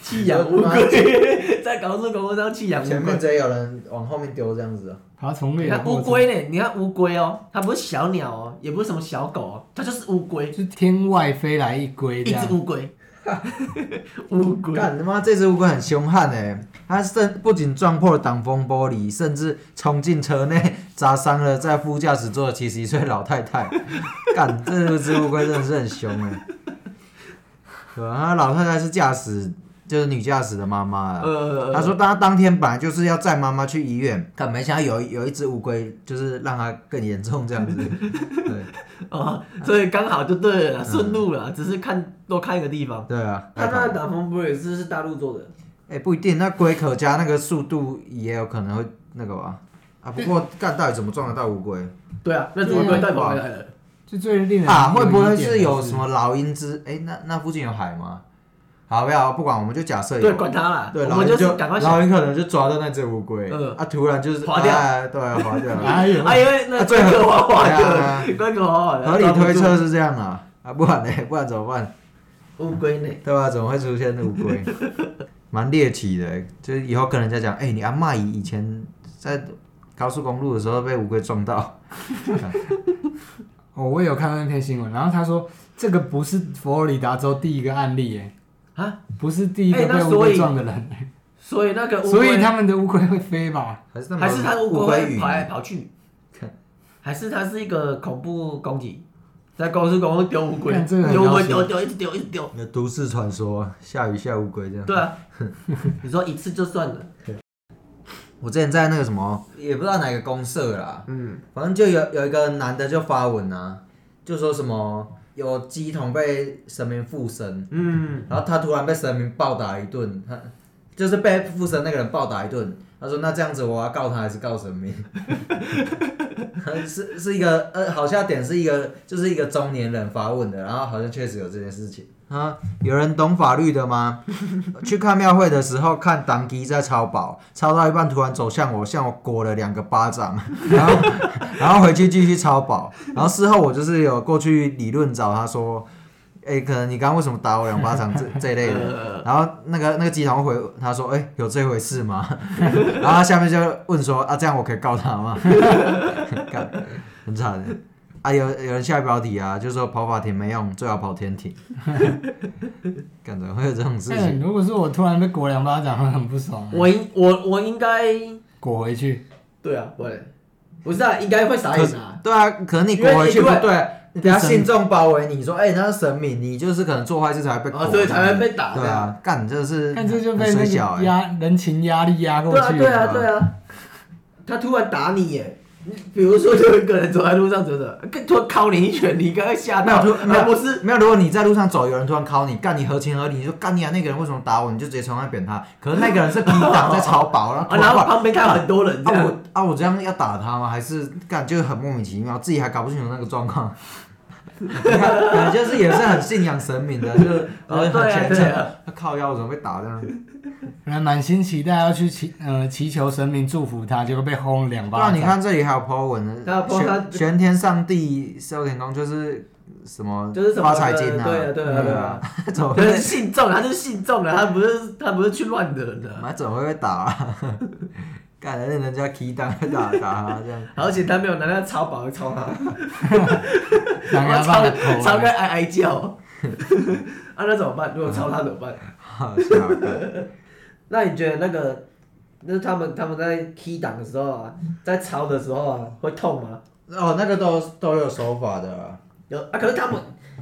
A: 弃养乌龟， 在高速公路上弃养乌
C: 前
A: 龟
C: 面。直接有人往后面丢这样子啊？
B: 爬虫
A: 你
B: 类的
A: 看乌
B: 过程，
A: 龟呢？你看乌龟哦，它不是小鸟哦，也不是什么小狗哦，它就是乌龟，
B: 是天外飞来一龟这
A: 一只
B: 样。
A: 乌龟。呃乌龟，
C: 干他妈这只乌龟很凶悍哎、它甚不仅撞破了挡风玻璃，甚至冲进车内砸伤了在副驾驶座的七十一岁老 太太。干这只乌龟真的是很凶哎、对啊，他老太太是驾驶，就是女驾驶的妈妈啊。
A: 呃，
C: 他说他当天本来就是要载妈妈去医院，但没想到有有一只乌龟，就是让他更严重这样 子。对
A: 哦，所以刚好就对了啦，顺路了，只是看多看一个地方。
C: 对啊，
A: 他那个挡风玻璃是是大陆做的，
C: 哎、不一定，那龟壳加那个速度也有可能会那个吧。啊，不过干到底怎么撞得到乌龟
A: 对啊，那只乌龟带跑回来了。
B: 就最令人
C: 啊？会不
B: 有
C: 会
B: 疑点的
C: 是有什么老鹰之？哎、那那附近有海吗？好，不要不管，我们就假设有。啊
A: 对，管他啦，
C: 对，
A: 我
C: 老
A: 们
C: 鹰
A: 就
C: 就是
A: 赶快想。
C: 老鹰可能就抓到那只乌龟，
A: 嗯
C: 啊，突然就是
A: 滑掉
C: 哎对啊，滑掉了。
B: 哎呦，
A: 啊，因为那
C: 啊
A: 龟
C: 最
A: 壳滑滑
C: 对啊
A: 的，龟壳滑滑的，
C: 合理
A: 抓不
C: 推
A: 住
C: 测是这样啊，啊，不然呢？不然怎么办？
A: 乌龟呢？
C: 对啊吧？怎么会出现乌龟？蛮猎奇的，就是以后跟人家讲，哎、你阿嬷以以前在高速公路的时候被乌龟撞到，
B: 哦，我也有看到那篇新闻，然后他说这个不是佛罗里达州第一个案例，哎，
A: 啊，
B: 不是第一
A: 哎
B: 个
A: 那
B: 被乌
A: 所以
B: 龟撞的人，
A: 所以那个乌
B: 所以
A: 龟，
B: 他们的乌龟会飞吧？
C: 还是他
A: 还是它乌龟会
C: 语
A: 跑来跑去，还是它是一个恐怖攻击，在高速公路丢乌龟
B: 看这个，很
A: 丢乌龟
B: 要
A: 丢
B: 求
A: 丢一直丢一直丢，
C: 那都市传说，下雨下乌龟这样。
A: 对啊， 你说一次就算了，
C: 我之前在那个什么，也不知道哪个公社啦，
A: 嗯，
C: 反正就有有一个男的就发文啊，就说什么有鸡童被神明附身，
A: 嗯，
C: 然后他突然被神明暴打一顿，他就是被附身那个人暴打一顿。他说：“那这样子，我要告他还是告神明？” 是是一个呃，好笑点是一个，就是一个中年人发问的，然后好像确实有这件事情啊。有人懂法律的吗？去看庙会的时候，看党基在抄宝，抄到一半突然走向我，向我裹了两个巴掌，然后 然后回去继续抄宝，然后事后我就是有过去理论找他说，哎、可能你刚刚为什么打我两巴掌这这一类的，然后那个那个鸡童回他说，哎、有这回事吗？ 然后他下面就问说，啊，这样我可以告他吗？ 干很惨的。啊，有有人下标题啊，就说跑法庭没用，最好跑天庭。 干怎么会有这种事情
B: 哎，？如果是我突然被裹两巴掌，会很不爽，啊
A: 我应我我应该
B: 裹回去。
A: 对啊，不然不是啊，应该会傻
C: 可
A: 眼
C: 是
A: 啊。
C: 对啊，可能你裹回去
A: 因
C: 不
A: 为
C: 对，你等下
B: 神明
C: 信众包围你说，哎、那是神明，你就是可能做坏事才会被裹、
A: 哦所以才会被打
C: 对
A: 这
C: 啊
A: 样，
C: 干这是
B: 看这就被
C: 很水
B: 那
C: 小
B: 个
C: 哎、
B: 压人情压力压过
A: 对啊，
B: 去
A: 对啊，
B: 了吧，
A: 对啊，他突然打你耶。你比如说，有一个人走在路上走着，跟突然敲你一拳，你应该会吓
C: 没有
A: 到。
C: 突没有
A: 而不是，
C: 没有，如果你在路上走，有人突然敲你，干你合情合理，你就干你啊那个人为什么打我，你就直接冲上去扁他。可是那个人是 P 档在超保，然
A: 啊
C: 后突
A: 然
C: 然
A: 啊后
C: 跑。
A: 旁边看很多人这
C: 啊
A: 样，
C: 我啊我这样要打他吗？还是干就是很莫名其妙，自己还搞不清楚那个状况。 你看可能就是也是很信仰神明的，就是
A: 哦对
C: 呃很
A: 啊
C: 虔
A: 对
C: 诚
A: 啊。
C: 他靠腰我怎么被打这样？
B: 人满心期待要去祈呃祈求神明祝福他，结果被轰了两
C: 那
B: 巴
C: 你
B: 掌。
C: 看这里还有 po 文
A: 他有
C: 呢，
A: po 他
C: 玄玄天上帝收天宫就是什么
A: 就是什么
C: 发财金啊，嗯
A: 对啊，对啊，对啊，，
C: 怎么
A: 可
C: 会
A: 能信众，啊他就是信众了，他不是他不是去乱的人啊，
C: 妈怎么会被打 啊？干人人家 key 档打打他这样，
A: 而且他没有拿那个超宝超他，
B: 两个
A: 然后
B: 巴
A: 超
B: 掌口
A: 超
B: 啊
A: 该哀哀 叫，啊那怎么办？如果超他
C: 嗯
A: 怎么办？
C: 好笑干
A: 那你觉得那个，那他们他们在 key 档的时候啊，在抄的时候啊，会痛吗？
C: 哦，那个都都有手法的啊。
A: 有啊，可是他们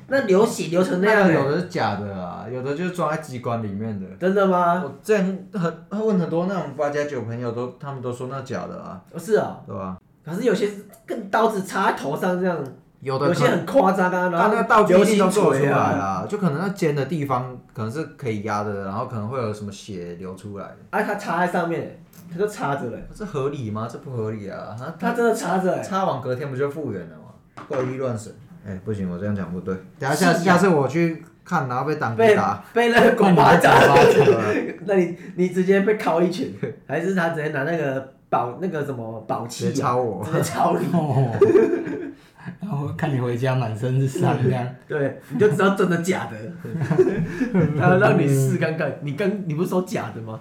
A: 那流血流成那
C: 那
A: 样、
C: 个
A: 欸，
C: 有的是假的啊，有的就是装在机关里面的。
A: 真的吗？
C: 我之前很问很多那种八加九朋友都，他们都说那假的啊，
A: 哦是啊、
C: 对吧？
A: 可是有些是跟刀子插在头上这样，
C: 有的
A: 有
C: 可
A: 些
C: 能，
A: 很夸张啊，然
C: 但
A: 后
C: 那道具
A: 流
C: 一定
A: 血
C: 都做出
A: 水
C: 来
A: 啊，
C: 啊，就可能那尖的地方可能是可以压的，然后可能会有什么血流出来，
A: 啊，他插在上面、欸，他就插着了、欸，
C: 这合理吗？这不合理啊！啊
A: 他真的插着、欸，
C: 插完隔天不就复原了吗？怪力乱神。哎、不行，我这样讲不对。等下下
A: 是啊
C: 下次我去看，然后被挡
A: 被
C: 给打。
A: 被 那个狗巴掌，
C: 对 啊
A: 那你你直接被敲一拳，还是他直接拿那个宝那个什么宝器、啊、
C: 直接抄我
A: 直 接抄你。
B: 哦，然后看你回家满身是伤这样，
A: 对，你就知道真的假的。 他让你试看看，你刚你不是说假的吗？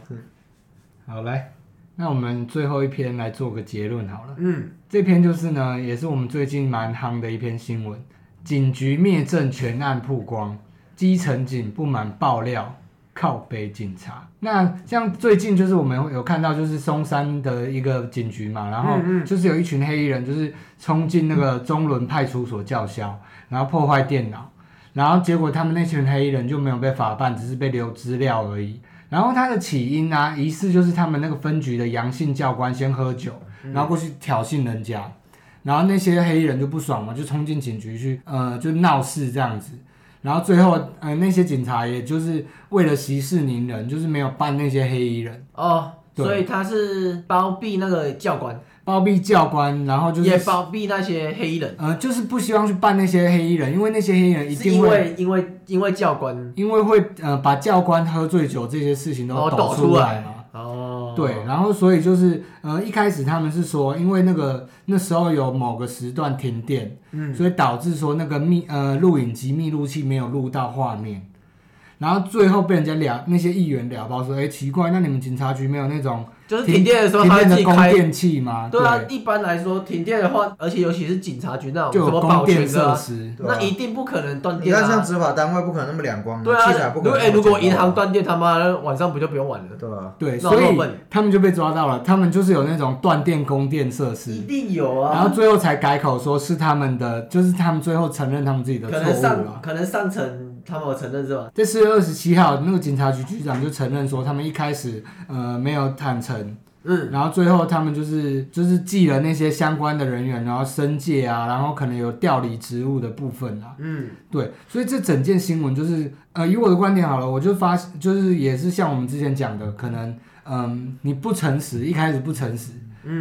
B: 好来，那我们最后一篇来做个结论好了。
A: 嗯，
B: 这篇就是呢，也是我们最近蛮夯的一篇新闻，警局灭证全案曝光，基层警不满爆料。靠北警察，那像最近就是我们有看到，就是松山的一个警局嘛，然后就是有一群黑衣人，就是冲进那个中仑派出所叫嚣，然后破坏电脑，然后结果他们那群黑衣人就没有被法办，只是被留资料而已。然后他的起因啊，疑似就是他们那个分局的阳性教官先喝酒，
A: 嗯
B: 然后过去挑衅人家，然后那些黑衣人就不爽嘛，就冲进警局去，呃，就闹事这样子。然后最后，呃，那些警察也就是为了息事宁人，就是没有办那些黑衣人，
A: 哦，
B: 对
A: 所以他是包庇那个教官，
B: 包庇教官，然哦后就
A: 也
B: 是
A: 包庇那些黑衣人，
B: 呃，就是不希望去办那些黑衣人，因为那些黑衣人一
A: 是
B: 定
A: 因
B: 会
A: 为因为因为教官
B: 因为会呃把教官喝醉酒这些事情都
A: 然后
B: 抖
A: 抖出
B: 来
A: 来
B: 嘛。
A: 哦，
B: 对，然后所以就是呃一开始他们是说，因为那个那时候有某个时段停电，嗯，所以导致说那个密呃录影机密录器没有录到画面，然后最后被人家聊那些议员聊到说，哎、奇怪，那你们警察局没有那种
A: 就是停电的时候
B: 停
A: 他会
B: 电
A: 自
B: 的
A: 己
B: 供
A: 开。
B: 电器吗？
A: 对啊，一般来说停电的话，而且尤其是警察局那种
B: 就
A: 什
B: 有
A: 么
B: 供
A: 保
B: 电
A: 全的
B: 设
A: 啊，
B: 施。
C: 对啊
A: 那一定不可能断
C: 你
A: 电
C: 看，像
A: 啊。
C: 执法单位不可能那么两光，
A: 对
C: 器材
A: 啊，
C: 不
A: 如
C: 可
A: 果
C: 能那
A: 哎
C: 么
A: 如果
C: 简
A: 银
C: 单
A: 行断电，他妈晚上不就不用玩了？
C: 对啊，
B: 对，
A: 那
B: 所
A: 我
B: 以
A: 问
B: 他们就被抓到了，他们就是有那种断电供电设施。
A: 一定有
B: 然
A: 啊
B: 后，最后才改口说是他们的，就是他们最后承认他们自己的
A: 可
B: 错
A: 能
B: 误
A: 上
B: 了。
A: 可能上层他们有承认是吧？
B: 这四月二十七号，那个警察局局长就承认说，他们一开始呃没有坦诚，
A: 嗯，
B: 然后最后他们就是就是记了那些相关的人员，然后申诫啊，然后可能有调离职务的部分啊。
A: 嗯，
B: 对，所以这整件新闻就是呃，以我的观点好了，我就发就是也是像我们之前讲的，可能嗯你不诚实，一开始不诚实，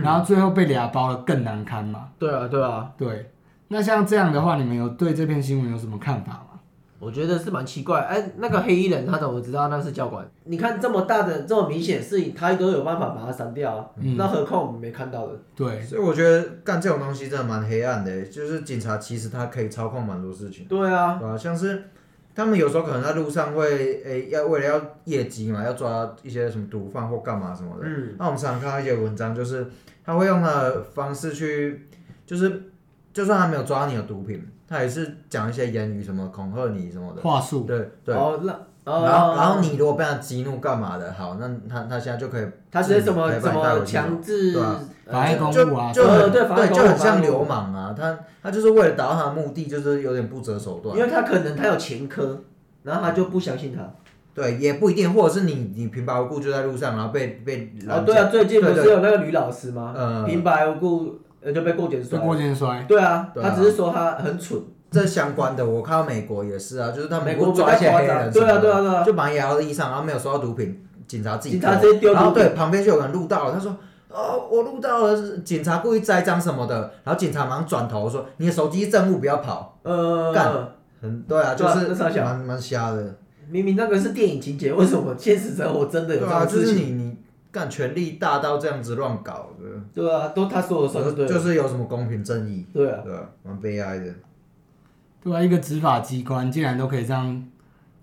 B: 然后最后被俩包了更难堪嘛。
A: 对啊，对啊，
B: 对，那像这样的话，你们有对这篇新闻有什么看法吗？
A: 我觉得是蛮奇怪。哎，那个黑衣人他怎么知道那是教官？你看这么大的这么明显的事情，他都有办法把它删掉啊，
B: 嗯
A: 那何况我们没看到的？
B: 对，
C: 所以我觉得干这种东西真的蛮黑暗的，就是警察其实他可以操控蛮多事情，
A: 对啊，
C: 对吧、像是他们有时候可能在路上会，诶、要为了要业绩嘛，要抓一些什么毒贩或干嘛什么的。
A: 嗯，
C: 那我们常常看到一些文章，就是他会用的方式去，就是就算他没有抓你有毒品，他也是讲一些言语什么恐吓你什么的。
B: 话术，
C: 对对。
A: 哦，那哦，
C: 然后，然后你如果被他激怒干嘛的，好，那他他现在就可以
A: 他直接什么
C: 嗯
A: 什么强制
C: 对啊
A: 呃
B: 妨碍公
C: 就
B: 务啊，
C: 就
A: 呃
C: 很
A: 对妨碍公
C: 就
A: 务
C: 很
A: 妨
C: 像
A: 碍公务
C: 流氓啊，他他就是为了达到他的目的，就是有点不择手段
A: 因。为他可能他有前科，然后他就不相信他。
C: 对，也不一定，或者是你你平白无故就在路上，然后被被
A: 哦，
C: 拦
A: 对
C: 截，
A: 啊，最近不
C: 对
A: 是有那个女老师吗？
C: 嗯
A: 平白无故呃就被过检
B: 就
A: 摔。
B: 过肩摔，
A: 对啊，
C: 对啊
A: 他只是说他很蠢。
C: 这相关的我看到美国也是啊，就是他们
A: 美国
C: 会抓一些黑人什
A: 对
C: 么的，
A: 啊，对啊，对啊。
C: 就把你摇到地上，然后没有收到毒品，警察自己
A: 警察
C: 丢
A: 直接丢
C: 然后
A: 毒品
C: 对旁边就有人录到了，他说。哦，我录到了，警察故意栽赃什么的，然后警察马上转头说：“你的手机是证物，不要跑。啊干
A: 呃，”
C: 很对啊，就
A: 对啊
C: 是
A: 那傻小
C: 蛮蛮瞎的。
A: 明明那个是电影情节，为什么现实生活真的有
C: 对
A: 这
C: 啊，
A: 种
C: 就
A: 事
C: 是
A: 情？
C: 你你干权力大到这样子乱搞的，
A: 对啊，都他说了算，对了
C: 就是有什么公平正义，
A: 对啊，
C: 对啊，蛮悲哀的。
B: 对啊，一个执法机关竟然都可以这样，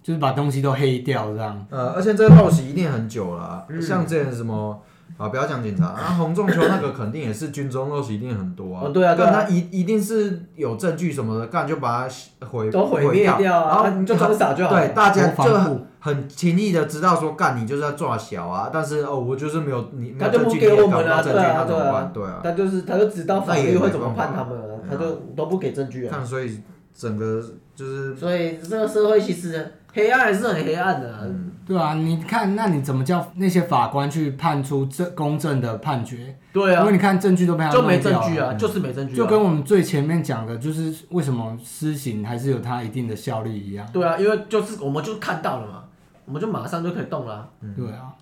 B: 就是把东西都黑掉这样，
C: 呃，而且这个陋习一定很久了啊、
A: 嗯
C: 像之前什么。啊，不要讲警察，啊，洪仲秋那个肯定也是军中陋习，一定很多啊。
A: 哦对啊对啊
C: 干他一一定是有证据什么的，干就把他毁
A: 都毁灭
C: 掉
A: 掉啊，
C: 然后
A: 他就装傻就好了。
C: 对，大家
B: 国
C: 就
B: 防部
C: 很很轻易的知道说，干你就是在抓小啊，但是哦，我就是没有你，没
A: 他
C: 有
A: 就
C: 证
A: 不
C: 据，
A: 给
C: 你也
A: 我
C: 搞
A: 们
C: 不到
A: 啊，
C: 证
A: 对
C: 据，
A: 啊，
C: 那怎
A: 对
C: 么
A: 啊
C: 办？对啊，
A: 他就是他就知道法
C: 那也
A: 律会
C: 没
A: 怎么
C: 办法
A: 判他们啊，
C: 嗯
A: 他就都不给证据啊。
C: 看，所以整个就是
A: 所以这个社会其实黑暗还是很黑暗的啊、
C: 嗯，
B: 对啊，你看，那你怎么叫那些法官去判出这公正的判决？
A: 对啊
B: 因为你看证据都被他
A: 就没
B: 弄掉
A: 证
B: 了
A: 据啊，
C: 嗯
A: 就是没证据、啊。
B: 就跟我们最前面讲的，就是为什么施行还是有它一定的效力一样，
A: 对啊，因为就是我们就看到了嘛，我们就马上就可以动了啊、
B: 对啊，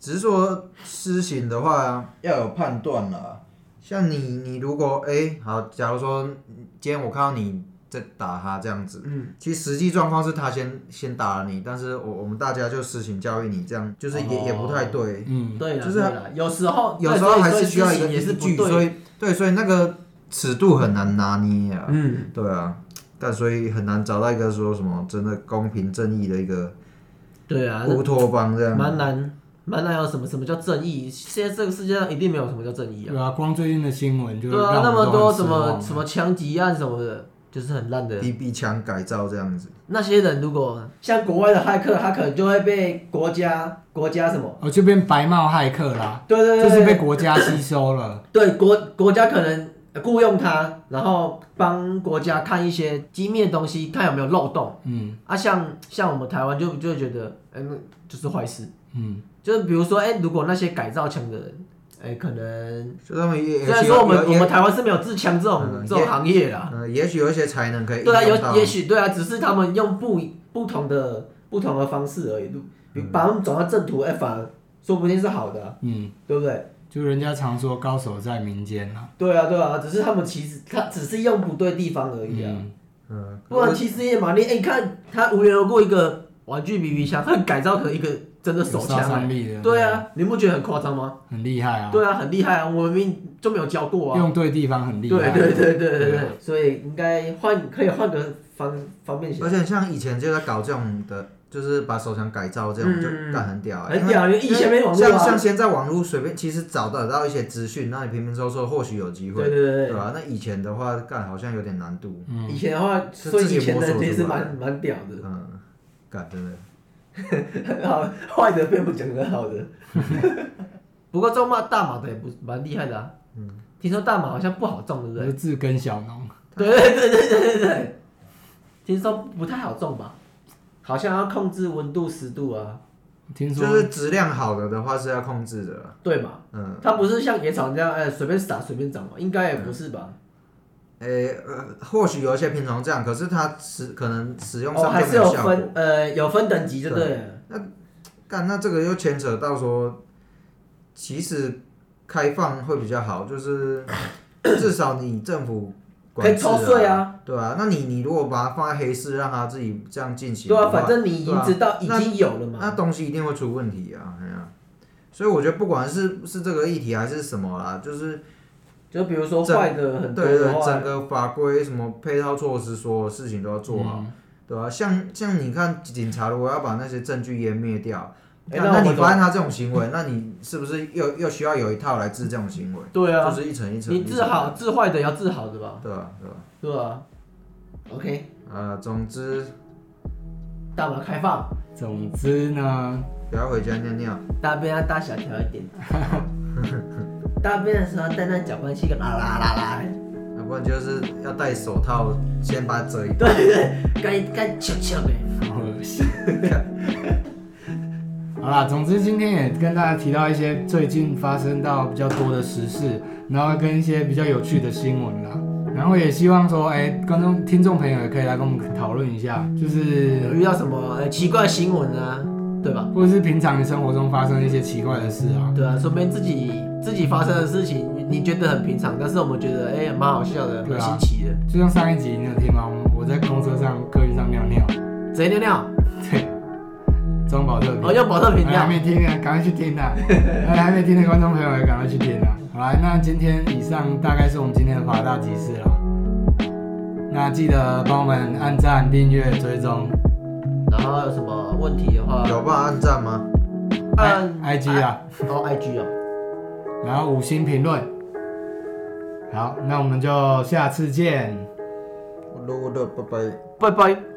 C: 只是说施行的话要有判断了。像你，你如果哎、好，假如说今天我看到你在打他这样子，
A: 嗯，
C: 其实实际状况是他先先打了你，但是我我们大家就施行教育你，这样就是也、
A: 哦
C: 也不太对。
B: 嗯，
A: 对啦，
C: 就是
A: 对啦有时候
C: 有时候还是需要一个
A: 也是
C: 依
A: 不
C: 据，所
A: 对。
C: 以对，所以那个尺度很难拿捏啊。
A: 嗯，
C: 对啊，但所以很难找到一个说什么真的公平正义的一个
A: 对啊，
C: 乌托邦这样。
A: 蛮难蛮难有什么什么叫正义？现在这个世界上一定没有什么叫正义啊。
B: 对啊，光最近的新闻就
A: 对啊，
B: 让
A: 那
B: 我
A: 么
B: 们都
A: 多
B: 很
A: 什
B: 失望
A: 么
B: 啊
A: 什么枪击案什么的，就是很烂的。
C: BB 枪改造这样子，
A: 那些人如果像国外的骇客，他可能就会被国家国家什么？
B: 哦，就变白帽骇客
C: 啊
B: 啦，
A: 对对对，
B: 就是被国家吸收了。
A: 对国国家可能雇佣他，然后帮国家看一些机密的东西，看有没有漏洞。
B: 嗯
A: 啊像，像我们台湾就就会觉得，嗯、那就是坏事。
B: 嗯，
A: 就是比如说，哎、如果那些改造枪的人，哎、可能
C: 就他们也
A: 虽
C: 也
A: 然
C: 许
A: 说我们
C: 有
A: 我
C: 也
A: 们台湾是没有制枪这种、
C: 嗯
A: 这种
C: 也
A: 行业啦，
C: 呃，也许有一些才能可以
A: 对啊，
C: 应用到
A: 有也许对啊，只是他们用不不同的不同的方式而已，比
C: 嗯
A: 把他们转到正途，哎、反而说不定是好的啊、
B: 嗯，
A: 对不对？
B: 就人家常说高手在民间啦。
A: 对啊，对啊，只是他们其实他只是用不对地方而已啊。
B: 嗯，
C: 嗯，
A: 不然其实也蛮厉害。哎你看他无缘无故一个玩具 BB 枪，他改造成一个真
B: 有
A: 的手
B: 杀
A: 枪、
B: 伤
A: 欸。
B: 力的，
A: 对，啊，你不觉得很夸张吗？
B: 很厉害啊，
A: 对啊，很厉害啊，我们明明就没有教过啊。
B: 用对地方很
A: 对
B: 厉害。
A: 对对对对
B: 对
A: 对
B: 啊，
A: 所以应该换可以换个方方面写
C: 而，且像以前就在搞这种的，就是把手枪改造这种，
A: 嗯
C: 就干很屌、欸，
A: 很屌
C: 因为
A: 因为以前没网络啊
C: 像像现在网络随便其实找得到一些资讯，那你平平搜搜或许有机
A: 对
C: 会，
A: 对对对
C: 吧、那以前的话，干好像有点难度，
A: 对，
B: 嗯
A: 以前的话，
C: 是
A: 所以
C: 自己
A: 以前的
C: 摸索
A: 人也是
C: 出来的
A: 蛮蛮屌的，
C: 嗯，干真的，
A: 很好，坏的被我们讲的好的。 不过种骂大马的也不蛮厉害的啊，听说大马好像不好种，对不对
B: 就？自耕小农，
A: 对对对对对对对，听说不太好种吧？好像要控制温度、湿度啊，
B: 听说
C: 就是质量好的的话是要控制的啦，
A: 对嘛？
C: 嗯，
A: 它不是像野草这样，哎、随便撒随便长嘛，应该也不是
C: 嗯
A: 吧？
C: 诶、呃，或许有一些品种这样，可是它使可能使用
A: 哦，
C: 上
A: 还
C: 就没
A: 是有
C: 效果。
A: 分，呃，有分等级就对了。
C: 干，那这个又牵扯到说，其实开放会比较好，就是至少你政府管
A: 可以
C: 制、
A: 抽税，啊，
C: 对啊，那你你如果把它放在黑市，让它自己这样进行
A: 对
C: 的话，
A: 啊，反正你已
C: 对
A: 经
C: 啊
A: 知道已
C: 那
A: 经有了嘛。
C: 那东西一定会出问题啊，哎呀、所以我觉得不管是是这个议题还是什么啦，就是
A: 就比如说
C: 整
A: 坏的
C: 对
A: 很多
C: 对
A: 的，话，
C: 整个法规什么配套措施，所有事情都要做
A: 啊
C: 好，
B: 嗯
C: 对吧、像像你看警察如果要把那些证据湮灭掉，
A: 哎
C: 那
A: 那我
C: 那
A: 们
C: 你发现他这种行为，那你是不是又又需要有一套来治这种行为？
A: 对啊，
C: 就是一层一层。
A: 你治好，治坏的也要治好的吧？
C: 对吧、对吧、
A: 对啊。OK，
C: 呃，总之
A: 大马开放，
B: 嗯总之呢，
C: 不要回家尿尿。
A: 大便要大小条一 点。大便的时候带那搅拌器，啦啦啦啦。
C: 要啊不然就是要戴手套，先把它遮一
A: 对对，该该悄悄的。
B: 好恶心。好啦，总之今天也跟大家提到一些最近发生到比较多的时事，然后跟一些比较有趣的新闻啦。然后也希望说，哎、观众、听众朋友也可以来跟我们讨论一下，就是
A: 有遇到什么呃奇怪的新闻啊？对吧？
B: 或者是平常你生活中发生一些奇怪的事啊。
A: 对啊，说不定自己自己发生的事情，你你觉得很平常，但是我们觉得哎蛮好笑的，
B: 对
A: 蛮
B: 啊
A: 新奇的。
B: 就像上一集你有听吗？我在公车上、客运上尿尿，
A: 谁尿尿？
B: 对，装保特瓶。
A: 哦，用保特瓶
B: 哎还
A: 尿。
B: 没听啊，赶快去听啊！哎还没听的观众朋友也赶快去听啊！好啦，那今天以上大概是我们今天的法大集市啦。那记得帮我们按赞、订阅、追踪
A: 然后有什么问题的话，
C: 有办法按赞吗？
A: 按
B: IG 啊，
A: 哦 IG 哦，
B: 然后五星评论。好，那我们就下次见。
C: 我录了，拜拜。
A: 拜拜。